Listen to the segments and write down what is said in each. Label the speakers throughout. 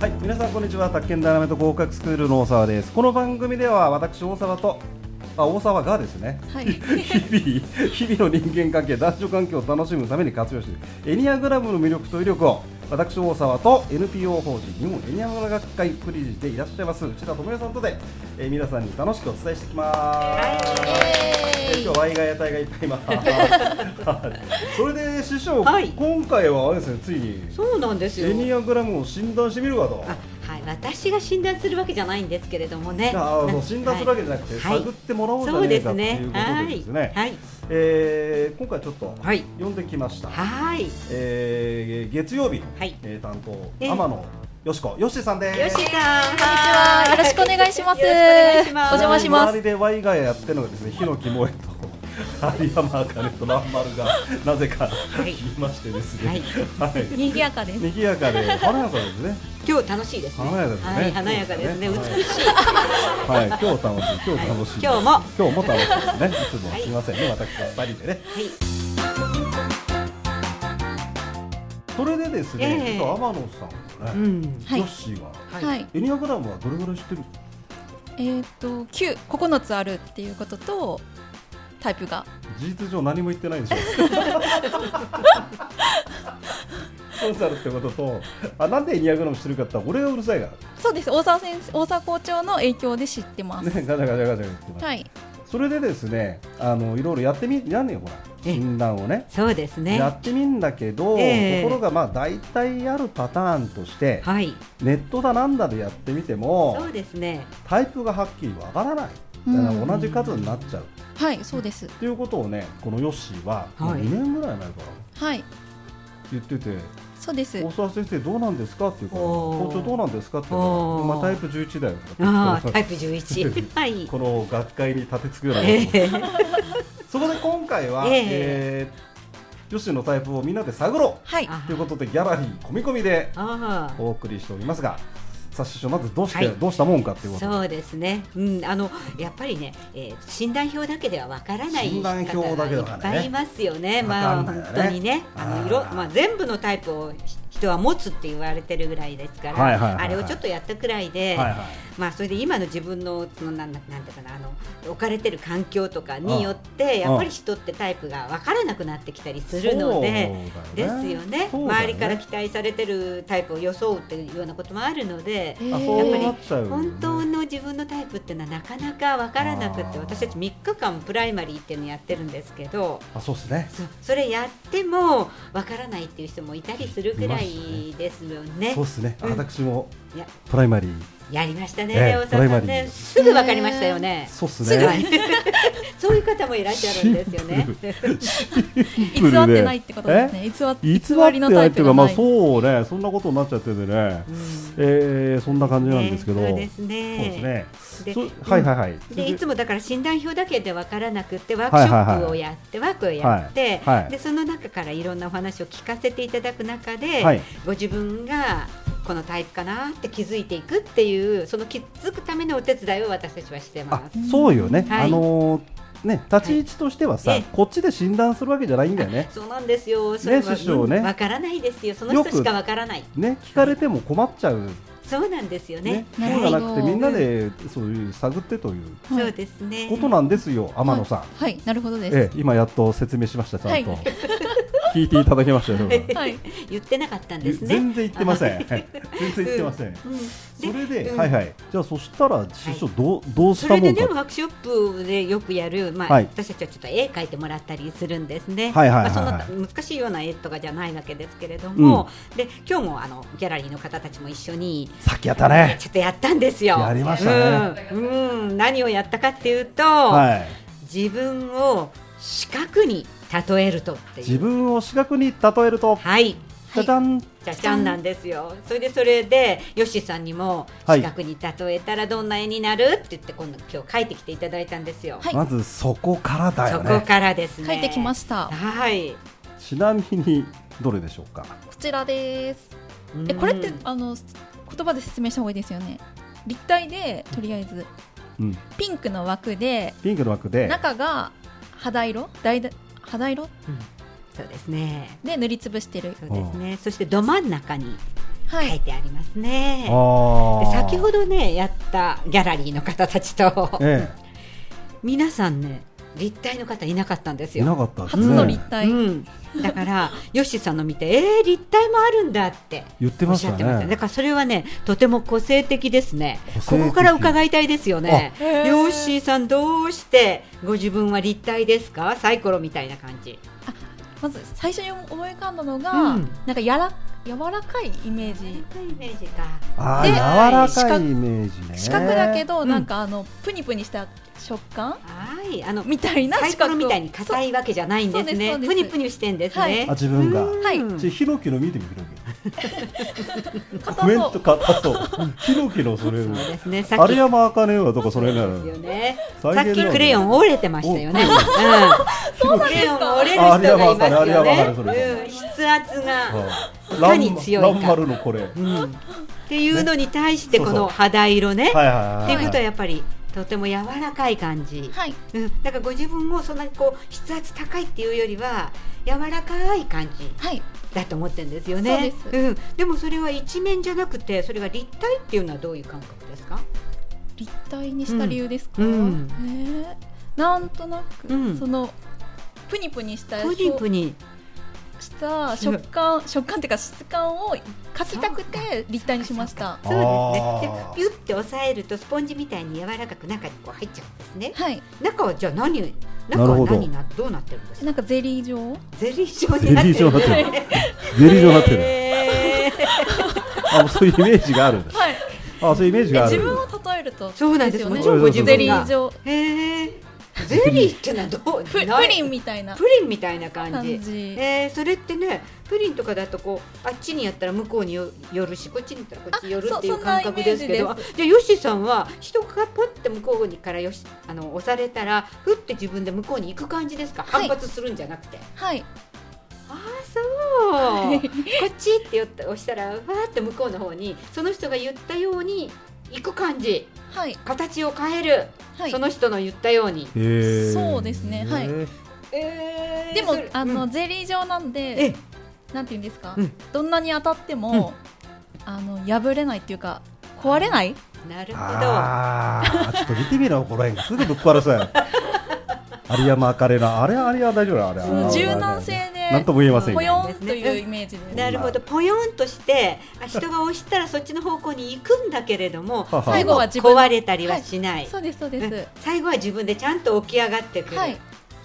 Speaker 1: はい、皆さんこんにちは。宅建ダイナメント合格スクールの大沢です。この番組では私大沢とあ大沢がですね。
Speaker 2: はい
Speaker 1: 日々日々の人間関係、男女関係を楽しむために活用しているエニアグラムの魅力と威力を私大沢と NPO 法人日本エニアグラム学会副理事でいらっしゃいます内田智也さんとで、えー皆さんに楽しくお伝えしていきます。
Speaker 2: イエーイ
Speaker 1: 今日ワイガヤ隊がいっぱいい ます。はいそれで師匠、
Speaker 3: はい
Speaker 1: 今回はあれですねついに
Speaker 3: そうなんですよ
Speaker 1: エ。ニアグラムを診断してみるかと。
Speaker 3: あ、はい、私が診断するわけじゃないんですけれどもね。
Speaker 1: ああの
Speaker 3: な
Speaker 1: 診断するわけじゃなくて、
Speaker 3: はい
Speaker 1: 探ってもらおうじゃ
Speaker 3: そう
Speaker 1: ねえ
Speaker 3: で
Speaker 1: か
Speaker 3: す
Speaker 1: って
Speaker 3: ね
Speaker 1: いう。こと
Speaker 3: は
Speaker 1: で
Speaker 3: い
Speaker 1: ですね、
Speaker 3: はい
Speaker 1: えー今回ちょっと
Speaker 3: はい
Speaker 1: 呼んできました、
Speaker 3: はい。よ
Speaker 1: えー月曜日の、
Speaker 3: はい
Speaker 1: えー担当、
Speaker 3: ええ
Speaker 1: 天野よしこよしさんです
Speaker 3: しさん、こんにち
Speaker 2: こんにちは。よろしくお願いします。
Speaker 3: よろしくお願いします
Speaker 2: お邪魔しま
Speaker 1: 周
Speaker 2: す。
Speaker 1: りでワイガヤやってるのがですね日野木萌えと 有山あかねと蘭丸がなぜか
Speaker 3: い
Speaker 1: いましてですねはい、
Speaker 2: 賑やかです。
Speaker 1: 賑やかで華やかですね
Speaker 3: 今日楽しいですね。
Speaker 1: 華やかですね
Speaker 3: はい、華やかですね。
Speaker 1: そう
Speaker 3: 美
Speaker 1: ですね
Speaker 3: しい。
Speaker 1: はい、今日楽しい、今日楽しい。
Speaker 3: はい今
Speaker 1: 日も。今日も楽しいですね。いつもすみませんね、私たち二人でね。それでです
Speaker 3: ええ
Speaker 1: ね、実は天野さ
Speaker 3: うん
Speaker 1: もね、
Speaker 3: ん。
Speaker 2: はい
Speaker 1: ヨッシーは
Speaker 2: は。い。
Speaker 1: エニアグラムはどれぐらい知ってる？
Speaker 2: えっと九九つあるっていうこととタイプが
Speaker 1: 事実上何も言ってないでしょ。そうさるってことと、あ、なんでエニアグラム知ってるかって言ったら、俺がうるさいか
Speaker 2: そうです。大沢先生大沢校長の影響で知ってま
Speaker 1: ら。
Speaker 2: す。
Speaker 1: ね、ガチャガチャガチャ言ってます。
Speaker 2: はい。
Speaker 1: それでですね、あのいろいろやってみ、やんねよほら、
Speaker 3: ええ
Speaker 1: 診断をね。
Speaker 3: そうですね。
Speaker 1: や
Speaker 3: は
Speaker 1: ってみんだけど、
Speaker 3: ええ
Speaker 1: ところがまあ大体あるパターンとして、
Speaker 3: い。
Speaker 1: ネットだなんだでやってみても
Speaker 3: そうですね。
Speaker 1: タイプがはっきりわからない
Speaker 2: うん
Speaker 1: だから同じ数になっちゃう
Speaker 2: はい。そうです。
Speaker 1: っていうことをねこのヨッシーはもう
Speaker 3: はい
Speaker 1: 2年ぐらい前から
Speaker 2: はい。
Speaker 1: 言ってて
Speaker 2: そうです。
Speaker 1: 大沢先生どうなんですかっていうから
Speaker 3: おー
Speaker 1: 校長どうなんですかっていうから
Speaker 3: おー
Speaker 1: まあタイプ11だよとか
Speaker 3: あ あ、タイプ十一。はい。
Speaker 1: この学会に立てつくようなこと
Speaker 3: ええ
Speaker 1: そこで今回は、
Speaker 3: ええ
Speaker 1: えーヨッシーのタイプをみんなで探ろう
Speaker 2: はい。
Speaker 3: あ
Speaker 1: ということでギャラリー込み込みで
Speaker 3: ああ。
Speaker 1: お送りしておりますがさあ師匠まずどうして、
Speaker 3: はい
Speaker 1: どうしたもんかっていうこと
Speaker 3: そうですね、うん、あのやっぱりね、えー、診断票だけではわからない
Speaker 1: 診
Speaker 3: 方が
Speaker 1: 断
Speaker 3: い
Speaker 1: 票だけだ
Speaker 3: っ
Speaker 1: からね
Speaker 3: ぱいいますよね、ま
Speaker 1: わ
Speaker 3: あ
Speaker 1: かんないよね
Speaker 3: 本当にね、あ
Speaker 1: あー
Speaker 3: のいろまあ、全部のタイプを人は持つって言われてるぐらいですから、
Speaker 1: はいはいはいはい
Speaker 3: あれをちょっとやったくらいで、
Speaker 1: はいはい
Speaker 3: まあ、それで今の自分のそのなんなんていうかなあの置かれてる環境とか
Speaker 1: うん
Speaker 3: によって、やっぱり人ってタイプが分からなくなってきたりするので。
Speaker 1: そうだ
Speaker 3: です
Speaker 1: よね
Speaker 3: よね
Speaker 1: そうだよね
Speaker 3: 周りから期待されてるタイプを装うっていうようなこともあるので、
Speaker 2: え
Speaker 1: あ
Speaker 2: ー
Speaker 1: そう
Speaker 3: や
Speaker 1: な
Speaker 3: っ
Speaker 1: っちゃうよね
Speaker 3: 本当の自分のタイプっていうのはなかなか分からなく
Speaker 1: あ
Speaker 3: て
Speaker 1: ー
Speaker 3: 私たち3日間プライマリーっていうのやってるんですけど
Speaker 1: あそうですね
Speaker 3: そそれやっても分からないっていう人もいたりするぐらいですよね
Speaker 1: そう。ですね、あ私も
Speaker 3: いや
Speaker 1: プライマリー
Speaker 3: やりましたね、
Speaker 1: ええ
Speaker 3: 大沢さん
Speaker 1: プライマリ
Speaker 3: ね
Speaker 1: ー
Speaker 3: すぐ分かりましたよね。
Speaker 1: そうです
Speaker 3: すぐ
Speaker 1: ね
Speaker 3: そういう方もいらっしゃるんですよ ね。
Speaker 2: 偽ってないってことですね。偽っ
Speaker 1: 偽って
Speaker 2: 偽りのタ
Speaker 1: ない
Speaker 2: イ
Speaker 1: ってい
Speaker 2: プ
Speaker 1: うか
Speaker 2: が
Speaker 1: まあ
Speaker 2: ない。
Speaker 1: そうねそんなことになっちゃっててね、えー、そんな感じなんですけど、
Speaker 3: ねそうです
Speaker 1: そうです
Speaker 3: ね。
Speaker 1: ね
Speaker 3: で
Speaker 1: そうはいはいはい、
Speaker 3: でいつもだから診断票だけで分からなくってワーク
Speaker 1: はい
Speaker 3: シ
Speaker 1: はい
Speaker 3: ョ
Speaker 1: はい
Speaker 3: ップをやって、ワークをやって、
Speaker 1: はいはい
Speaker 3: でその中からいろんなお話を聞かせていただく中で、
Speaker 1: はい
Speaker 3: ご自分がこのタイプかなって気づいていくっていうその気づくためのお手伝いを私たちはして
Speaker 1: あ
Speaker 3: ます。
Speaker 1: そうよね、
Speaker 3: はい
Speaker 1: あのーね立ち位置としてはさ、
Speaker 3: はいええ
Speaker 1: こっちで診断するわけじゃないんだよね
Speaker 3: そうなんですよ。それは、
Speaker 1: ね師匠ね
Speaker 3: うんわからないですよ。その
Speaker 1: よ
Speaker 3: 人
Speaker 1: く
Speaker 3: しかわからない。
Speaker 1: ね聞かれても困っちゃう
Speaker 3: そうなんですよ
Speaker 1: ね
Speaker 3: ね。
Speaker 1: そ
Speaker 2: なる
Speaker 1: う
Speaker 2: ほ
Speaker 1: じゃ
Speaker 2: ど
Speaker 1: なくてみんなでそういう探ってという
Speaker 2: はい
Speaker 3: そうですね。
Speaker 1: ことなんですよ天野さん、
Speaker 2: はい。なるほどです。
Speaker 1: ええ、今やっと説明しましたちゃんと、
Speaker 2: はい
Speaker 1: 聞いていただきました よ、
Speaker 2: はい。
Speaker 3: 言ってなかったんですね。
Speaker 1: 全然言ってませ
Speaker 3: あ。
Speaker 1: ん全然言ってません、
Speaker 3: うん
Speaker 1: それで、
Speaker 3: うん
Speaker 1: はいはいじゃあそしたら師匠どうどうし
Speaker 3: そ
Speaker 1: た
Speaker 3: れ
Speaker 1: も
Speaker 3: で
Speaker 1: んか
Speaker 3: ね、ワークショップでよくやる、まあ
Speaker 1: はい
Speaker 3: 私たちはちょっと絵描いてもらったりするんですね、
Speaker 1: はいはいはいはい
Speaker 3: まあ、そんな難しいような絵とかじゃないわけですけれども、で今日もあのギャラリーの方たちも一緒に、
Speaker 1: さっきやったね
Speaker 3: ちょっとやったんですよ。
Speaker 1: やりました
Speaker 3: ね、うんうん何をやったかっていうと、
Speaker 1: はい
Speaker 3: 自分を四角に例えるとっていう。
Speaker 1: 自分を視覚に例えると、
Speaker 3: はい
Speaker 1: じゃじゃん
Speaker 3: じゃじゃんなんですよ。それでそれでよしさんにも
Speaker 1: はい
Speaker 3: 四角に例えたらどんな絵になるって言って今度今日描いてきていただいたんですよ。
Speaker 2: はい
Speaker 1: まずそこからだ
Speaker 3: そ
Speaker 1: よ
Speaker 3: こ
Speaker 1: ね
Speaker 3: からですね。
Speaker 2: 書いてきました。
Speaker 3: はい。
Speaker 1: ちなみにどれでしょうか
Speaker 2: こちらです。
Speaker 3: うん
Speaker 2: えこれってあの言葉で説明した方がいいですよね立体でとりあえず
Speaker 1: うん
Speaker 2: ピンクの枠で
Speaker 1: ピンクの枠で
Speaker 2: 中が肌色大だ肌色
Speaker 3: そうですね。
Speaker 2: で塗りつぶしてる
Speaker 3: そうですね。そしてど真ん中に
Speaker 2: はい
Speaker 3: 書いてありますね。
Speaker 1: あ
Speaker 3: で
Speaker 1: あ
Speaker 3: 先ほどねやったギャラリーの方たちと
Speaker 1: え
Speaker 3: 皆さんね立体の方いなかったんです
Speaker 1: えいな
Speaker 3: よ。
Speaker 1: かったです
Speaker 2: 初
Speaker 1: ね
Speaker 2: の立体、
Speaker 3: うん、だからヨッシーさんの見てえー、立体もあるんだって
Speaker 1: 言って
Speaker 3: お
Speaker 1: ま
Speaker 3: っ
Speaker 1: し
Speaker 3: しゃ
Speaker 1: た
Speaker 3: ってました
Speaker 1: ね
Speaker 3: だからそれはねとても個性的ですね
Speaker 1: 個性
Speaker 3: こ
Speaker 1: 的
Speaker 3: こから伺いたいですよね
Speaker 2: あへー
Speaker 3: ヨッシーさんどうしてご自分は立体ですかサイコロみたいな感じ
Speaker 2: まず最初に思い浮かんだのが、
Speaker 3: うん
Speaker 2: なんかやら柔らかいイメージ
Speaker 3: イメージか
Speaker 1: あ
Speaker 2: で
Speaker 1: あ柔らかいイメージね
Speaker 2: 四角だけ
Speaker 1: ど
Speaker 2: ど、
Speaker 3: うん
Speaker 2: なんかあのプニプニした食感
Speaker 3: はいあの
Speaker 2: みたいな
Speaker 3: サイ
Speaker 2: 四
Speaker 3: コ
Speaker 2: 角
Speaker 3: ロみたいに硬いわけじゃないんです
Speaker 2: そ
Speaker 3: ね
Speaker 2: うですそうです
Speaker 3: プニプニしてんですね、
Speaker 2: はい
Speaker 1: あ自分が
Speaker 3: うん
Speaker 2: はい
Speaker 1: ちょひろきの見てみひろ
Speaker 2: そう
Speaker 1: き
Speaker 2: 硬
Speaker 1: コメン
Speaker 2: そ
Speaker 1: ト硬そうひろきのそれ
Speaker 3: そうですねさっ
Speaker 1: 有
Speaker 3: き
Speaker 1: 山あかねはとかそれな
Speaker 3: ですよ
Speaker 1: ら
Speaker 3: ねさ
Speaker 1: 再
Speaker 3: っ
Speaker 1: 現
Speaker 3: きクレヨン折れてましたよね、
Speaker 1: お
Speaker 2: そ
Speaker 3: うん、
Speaker 2: うなん
Speaker 3: ク
Speaker 2: です
Speaker 3: レヨン
Speaker 2: か
Speaker 3: 折れる人がいますよ
Speaker 1: あれはわかるあれはわかるそ
Speaker 3: ね
Speaker 1: れ
Speaker 3: うん筆圧が、いか
Speaker 1: ラ
Speaker 3: に
Speaker 1: ン
Speaker 3: 強いか
Speaker 1: ランマルのこれはい
Speaker 3: うんっていうのに対して
Speaker 1: ね
Speaker 3: こ
Speaker 1: そうそ
Speaker 3: の
Speaker 1: う
Speaker 3: 肌色ね
Speaker 1: はいはい
Speaker 3: っていうことはやっぱりとても柔らかい感じ、
Speaker 2: はい
Speaker 3: うん、だからご自分もそんなにこう筆圧高いっていうよりは柔らかい感じ
Speaker 2: はい
Speaker 3: だと思ってるんですよね
Speaker 2: そうで
Speaker 3: ん、でもそれは一面じゃなくてそれが立体っていうのはどういう感覚ですか
Speaker 2: 立体にした理由ですか、
Speaker 3: うん
Speaker 2: へえなんとなく、
Speaker 3: うん
Speaker 2: そのプニプニした
Speaker 3: プニプニ
Speaker 2: した食感食感っていうか質感を描きたくて立体にしました
Speaker 3: そうですね
Speaker 1: あー
Speaker 3: でピュッて押さえるとスポンジみたいに柔らかく中にこう入っちゃうんですね
Speaker 2: はい
Speaker 3: 中はじゃあ何
Speaker 1: な
Speaker 3: 中
Speaker 1: る
Speaker 3: は
Speaker 1: ほど
Speaker 3: 何などうなってるんですか
Speaker 2: なんかゼリー状
Speaker 3: ゼリー状になって
Speaker 1: ゼ
Speaker 3: る
Speaker 1: リー状になってるゼリー状になって る
Speaker 3: へー
Speaker 1: あそういうイメージがあるんだ
Speaker 2: はい
Speaker 1: あそういうイメージがあ
Speaker 2: 自
Speaker 1: る
Speaker 2: 分を例えると
Speaker 3: そうなんです
Speaker 2: よ
Speaker 3: も
Speaker 2: ね
Speaker 3: ちろんご自
Speaker 2: ゼ
Speaker 1: ゼ
Speaker 2: リ
Speaker 3: 分
Speaker 1: リ
Speaker 3: が
Speaker 2: ー状
Speaker 3: へえゼリーってのはどう
Speaker 2: ププ
Speaker 3: ない
Speaker 2: リンみたいな
Speaker 3: プリンみたいな感
Speaker 2: 感
Speaker 3: じ
Speaker 2: じ
Speaker 3: えー、それってねプリンとかだとこうあっちにやったら向こうによ寄るしこっちにやったらこっちに寄る
Speaker 2: あ
Speaker 3: っていう
Speaker 2: そそんな
Speaker 3: 感
Speaker 2: イメージ
Speaker 3: 覚ですけど
Speaker 2: で
Speaker 3: あじゃあヨッシーさんは人がポッて向こうにからよしあの押されたらふって自分で向こうに行く感じですか
Speaker 2: は
Speaker 3: 反
Speaker 2: い
Speaker 3: 発するんじゃなくて、
Speaker 2: はい
Speaker 3: ああ そうこっちって寄って押したらわーって向こうの方にその人が言ったように行く感じ
Speaker 2: はい
Speaker 3: 形を変える、
Speaker 2: はい
Speaker 3: その人の言ったように。
Speaker 1: へー
Speaker 2: そうですねはい
Speaker 3: え
Speaker 2: でも
Speaker 3: それ
Speaker 2: あ
Speaker 3: う
Speaker 2: の
Speaker 3: ん
Speaker 2: ゼリー状なん
Speaker 3: え
Speaker 2: でなんて言うんですか
Speaker 3: うん
Speaker 2: どんなに当たってもあの破れないっていうか壊れない
Speaker 3: なるほど
Speaker 1: ああちょっと見てみろこの辺すぐぶっ壊らせ有山あかねのあれあれは大丈夫あれ
Speaker 3: その
Speaker 2: 柔軟性で
Speaker 1: なんとも言えません
Speaker 2: ポ
Speaker 1: よ
Speaker 2: ヨンというイメージです
Speaker 3: なるほどポヨンとしてあ人が押したらそっちの方向に行くんだけれども
Speaker 1: はは
Speaker 2: 最後は自分の
Speaker 3: 壊れたりはしない、
Speaker 2: そうですそう
Speaker 3: う
Speaker 2: で
Speaker 3: ん
Speaker 2: す
Speaker 3: 最後は自分でちゃんと起き上がってくる、
Speaker 2: はい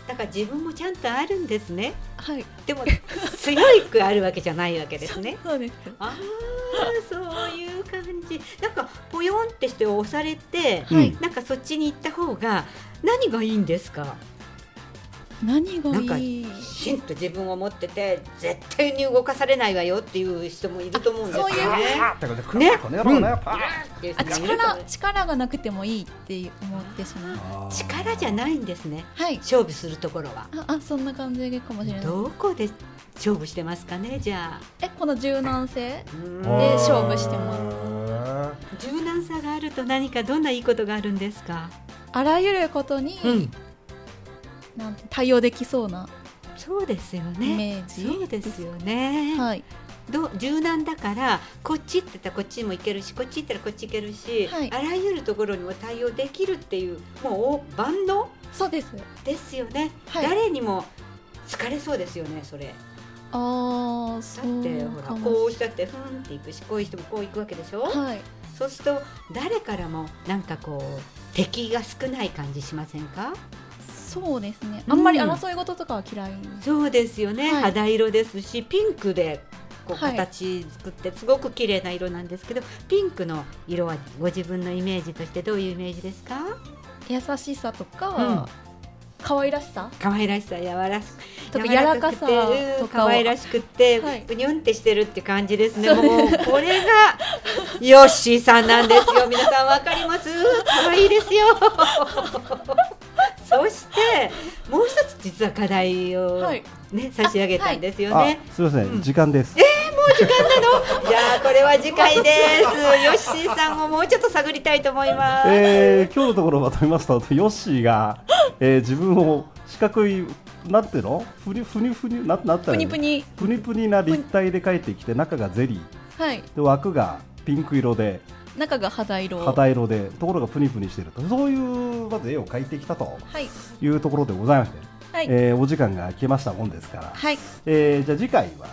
Speaker 3: だから自分もちゃんとあるんですね
Speaker 2: はい
Speaker 3: でも強くあるわけじゃないわけですね
Speaker 2: そうです
Speaker 3: ああそういう感じなんかポヨンってして押されて、
Speaker 1: うん
Speaker 2: はい
Speaker 3: なんかそっちに行った方が何がいいんですか
Speaker 2: 何
Speaker 3: なんか
Speaker 2: がいい
Speaker 3: ヒンと自分を持ってて絶対に動かされないわよっていう人もいると思うんですよ
Speaker 2: あそ
Speaker 3: ね。
Speaker 2: ういう
Speaker 1: あーってことで来るわこの野郎ねパー
Speaker 3: っていう
Speaker 2: あ
Speaker 3: 人もいると思う
Speaker 2: 力力がなくてもいいって思ってしまう
Speaker 1: ン
Speaker 3: 力じゃないんですね
Speaker 2: はい
Speaker 3: 勝負するところは
Speaker 2: ああそんな感じかもしれない
Speaker 3: どこで勝負してますかねじゃあ
Speaker 2: えこの柔軟性
Speaker 3: うん
Speaker 2: で勝負してもら
Speaker 1: ら
Speaker 3: 柔軟さがあると何かどんないいことがあるんですか、
Speaker 2: あらゆることに、なんて対応できそうな
Speaker 3: そうですよ
Speaker 2: イ
Speaker 3: ね
Speaker 2: メージ、
Speaker 3: そうですよね、
Speaker 2: はい
Speaker 3: どう柔軟だからこっち行ってたらこっちにも行けるしこっち行ったらこっち行けるし、
Speaker 2: はい
Speaker 3: あらゆるところにも対応できるっていうもう万能
Speaker 2: そうです
Speaker 3: ですよね、
Speaker 2: はい
Speaker 3: 誰にも疲れそうですよねそれ
Speaker 2: ああ
Speaker 3: だ
Speaker 2: そ
Speaker 3: って
Speaker 2: う
Speaker 3: ほら
Speaker 2: か
Speaker 3: こ
Speaker 2: も
Speaker 3: うしたってふんっていくしこういう人もこういくわけでしょ、
Speaker 2: はい
Speaker 3: そうすると誰からもなんかこう敵が少ない感じしませんか
Speaker 2: そうですね
Speaker 3: うん
Speaker 2: あんまり争い事とかは嫌い、
Speaker 3: そうですよね、
Speaker 2: はい
Speaker 3: 肌色ですしピンクでこう
Speaker 2: はい
Speaker 3: 形作ってすごく綺麗な色なんですけど、ピンクの色はご自分のイメージとしてどういうイメージですか
Speaker 2: 優しさとか、可愛らしさ
Speaker 3: 可愛らしさ柔らし
Speaker 2: とか
Speaker 3: 柔
Speaker 2: 柔ら
Speaker 3: ら
Speaker 2: か
Speaker 3: く
Speaker 2: さ
Speaker 3: てう
Speaker 2: と
Speaker 3: ん
Speaker 2: か
Speaker 3: 可
Speaker 2: を
Speaker 3: 愛らしくって、
Speaker 2: はい
Speaker 3: ぷにゅんってしてるって感じですね
Speaker 2: そう
Speaker 3: もうこれがヨッシーさんなんですよ皆さんわかります可愛いで すよそしてもう一つ実は課題を、
Speaker 2: はい
Speaker 3: ね差し上げたんですよね、
Speaker 1: あすみませ
Speaker 3: うん
Speaker 1: ん時間です
Speaker 3: じゃあこれは次回ですヨッシーさんをもうちょっと探りたいと思います、
Speaker 1: えー今日のところをまとめますとヨッシーがえー自分を四角いなんていうのふにゅふにゅふにゅななんて言った
Speaker 2: プ
Speaker 1: らいい
Speaker 2: ニ
Speaker 1: のプ
Speaker 2: プニ
Speaker 1: ニプニな立体で描いてきて中がゼリー
Speaker 2: はい、
Speaker 1: で枠がピンク色で
Speaker 2: 中が肌色。
Speaker 1: 肌色でところがプニプニしてるとそういうまず絵を描いてきたと
Speaker 2: はい、
Speaker 1: いうところでございまして、
Speaker 2: はい、
Speaker 1: えーお時間が来ましたもんですから、
Speaker 2: はい、
Speaker 1: えーじゃあ次回は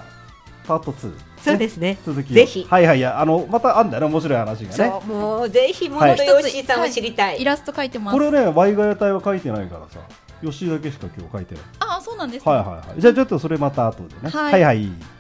Speaker 1: パート2
Speaker 4: そう
Speaker 1: ね
Speaker 4: ですね。
Speaker 1: 続きを
Speaker 4: ぜひ
Speaker 1: はいはいいやあのまたあんだよね面白い話がね
Speaker 4: そう
Speaker 3: もうぜひも
Speaker 1: は
Speaker 3: の
Speaker 1: い
Speaker 3: よしさんを知りたい。
Speaker 2: イラスト描いてま
Speaker 1: こ
Speaker 2: す。
Speaker 1: れねワイガヤ隊は書いてないからさ吉井だけしか今日書いてない
Speaker 2: ああ、そうなんですね。
Speaker 1: はいはいはいじゃあちょっとそれまた後でね
Speaker 2: はい
Speaker 1: はい、はい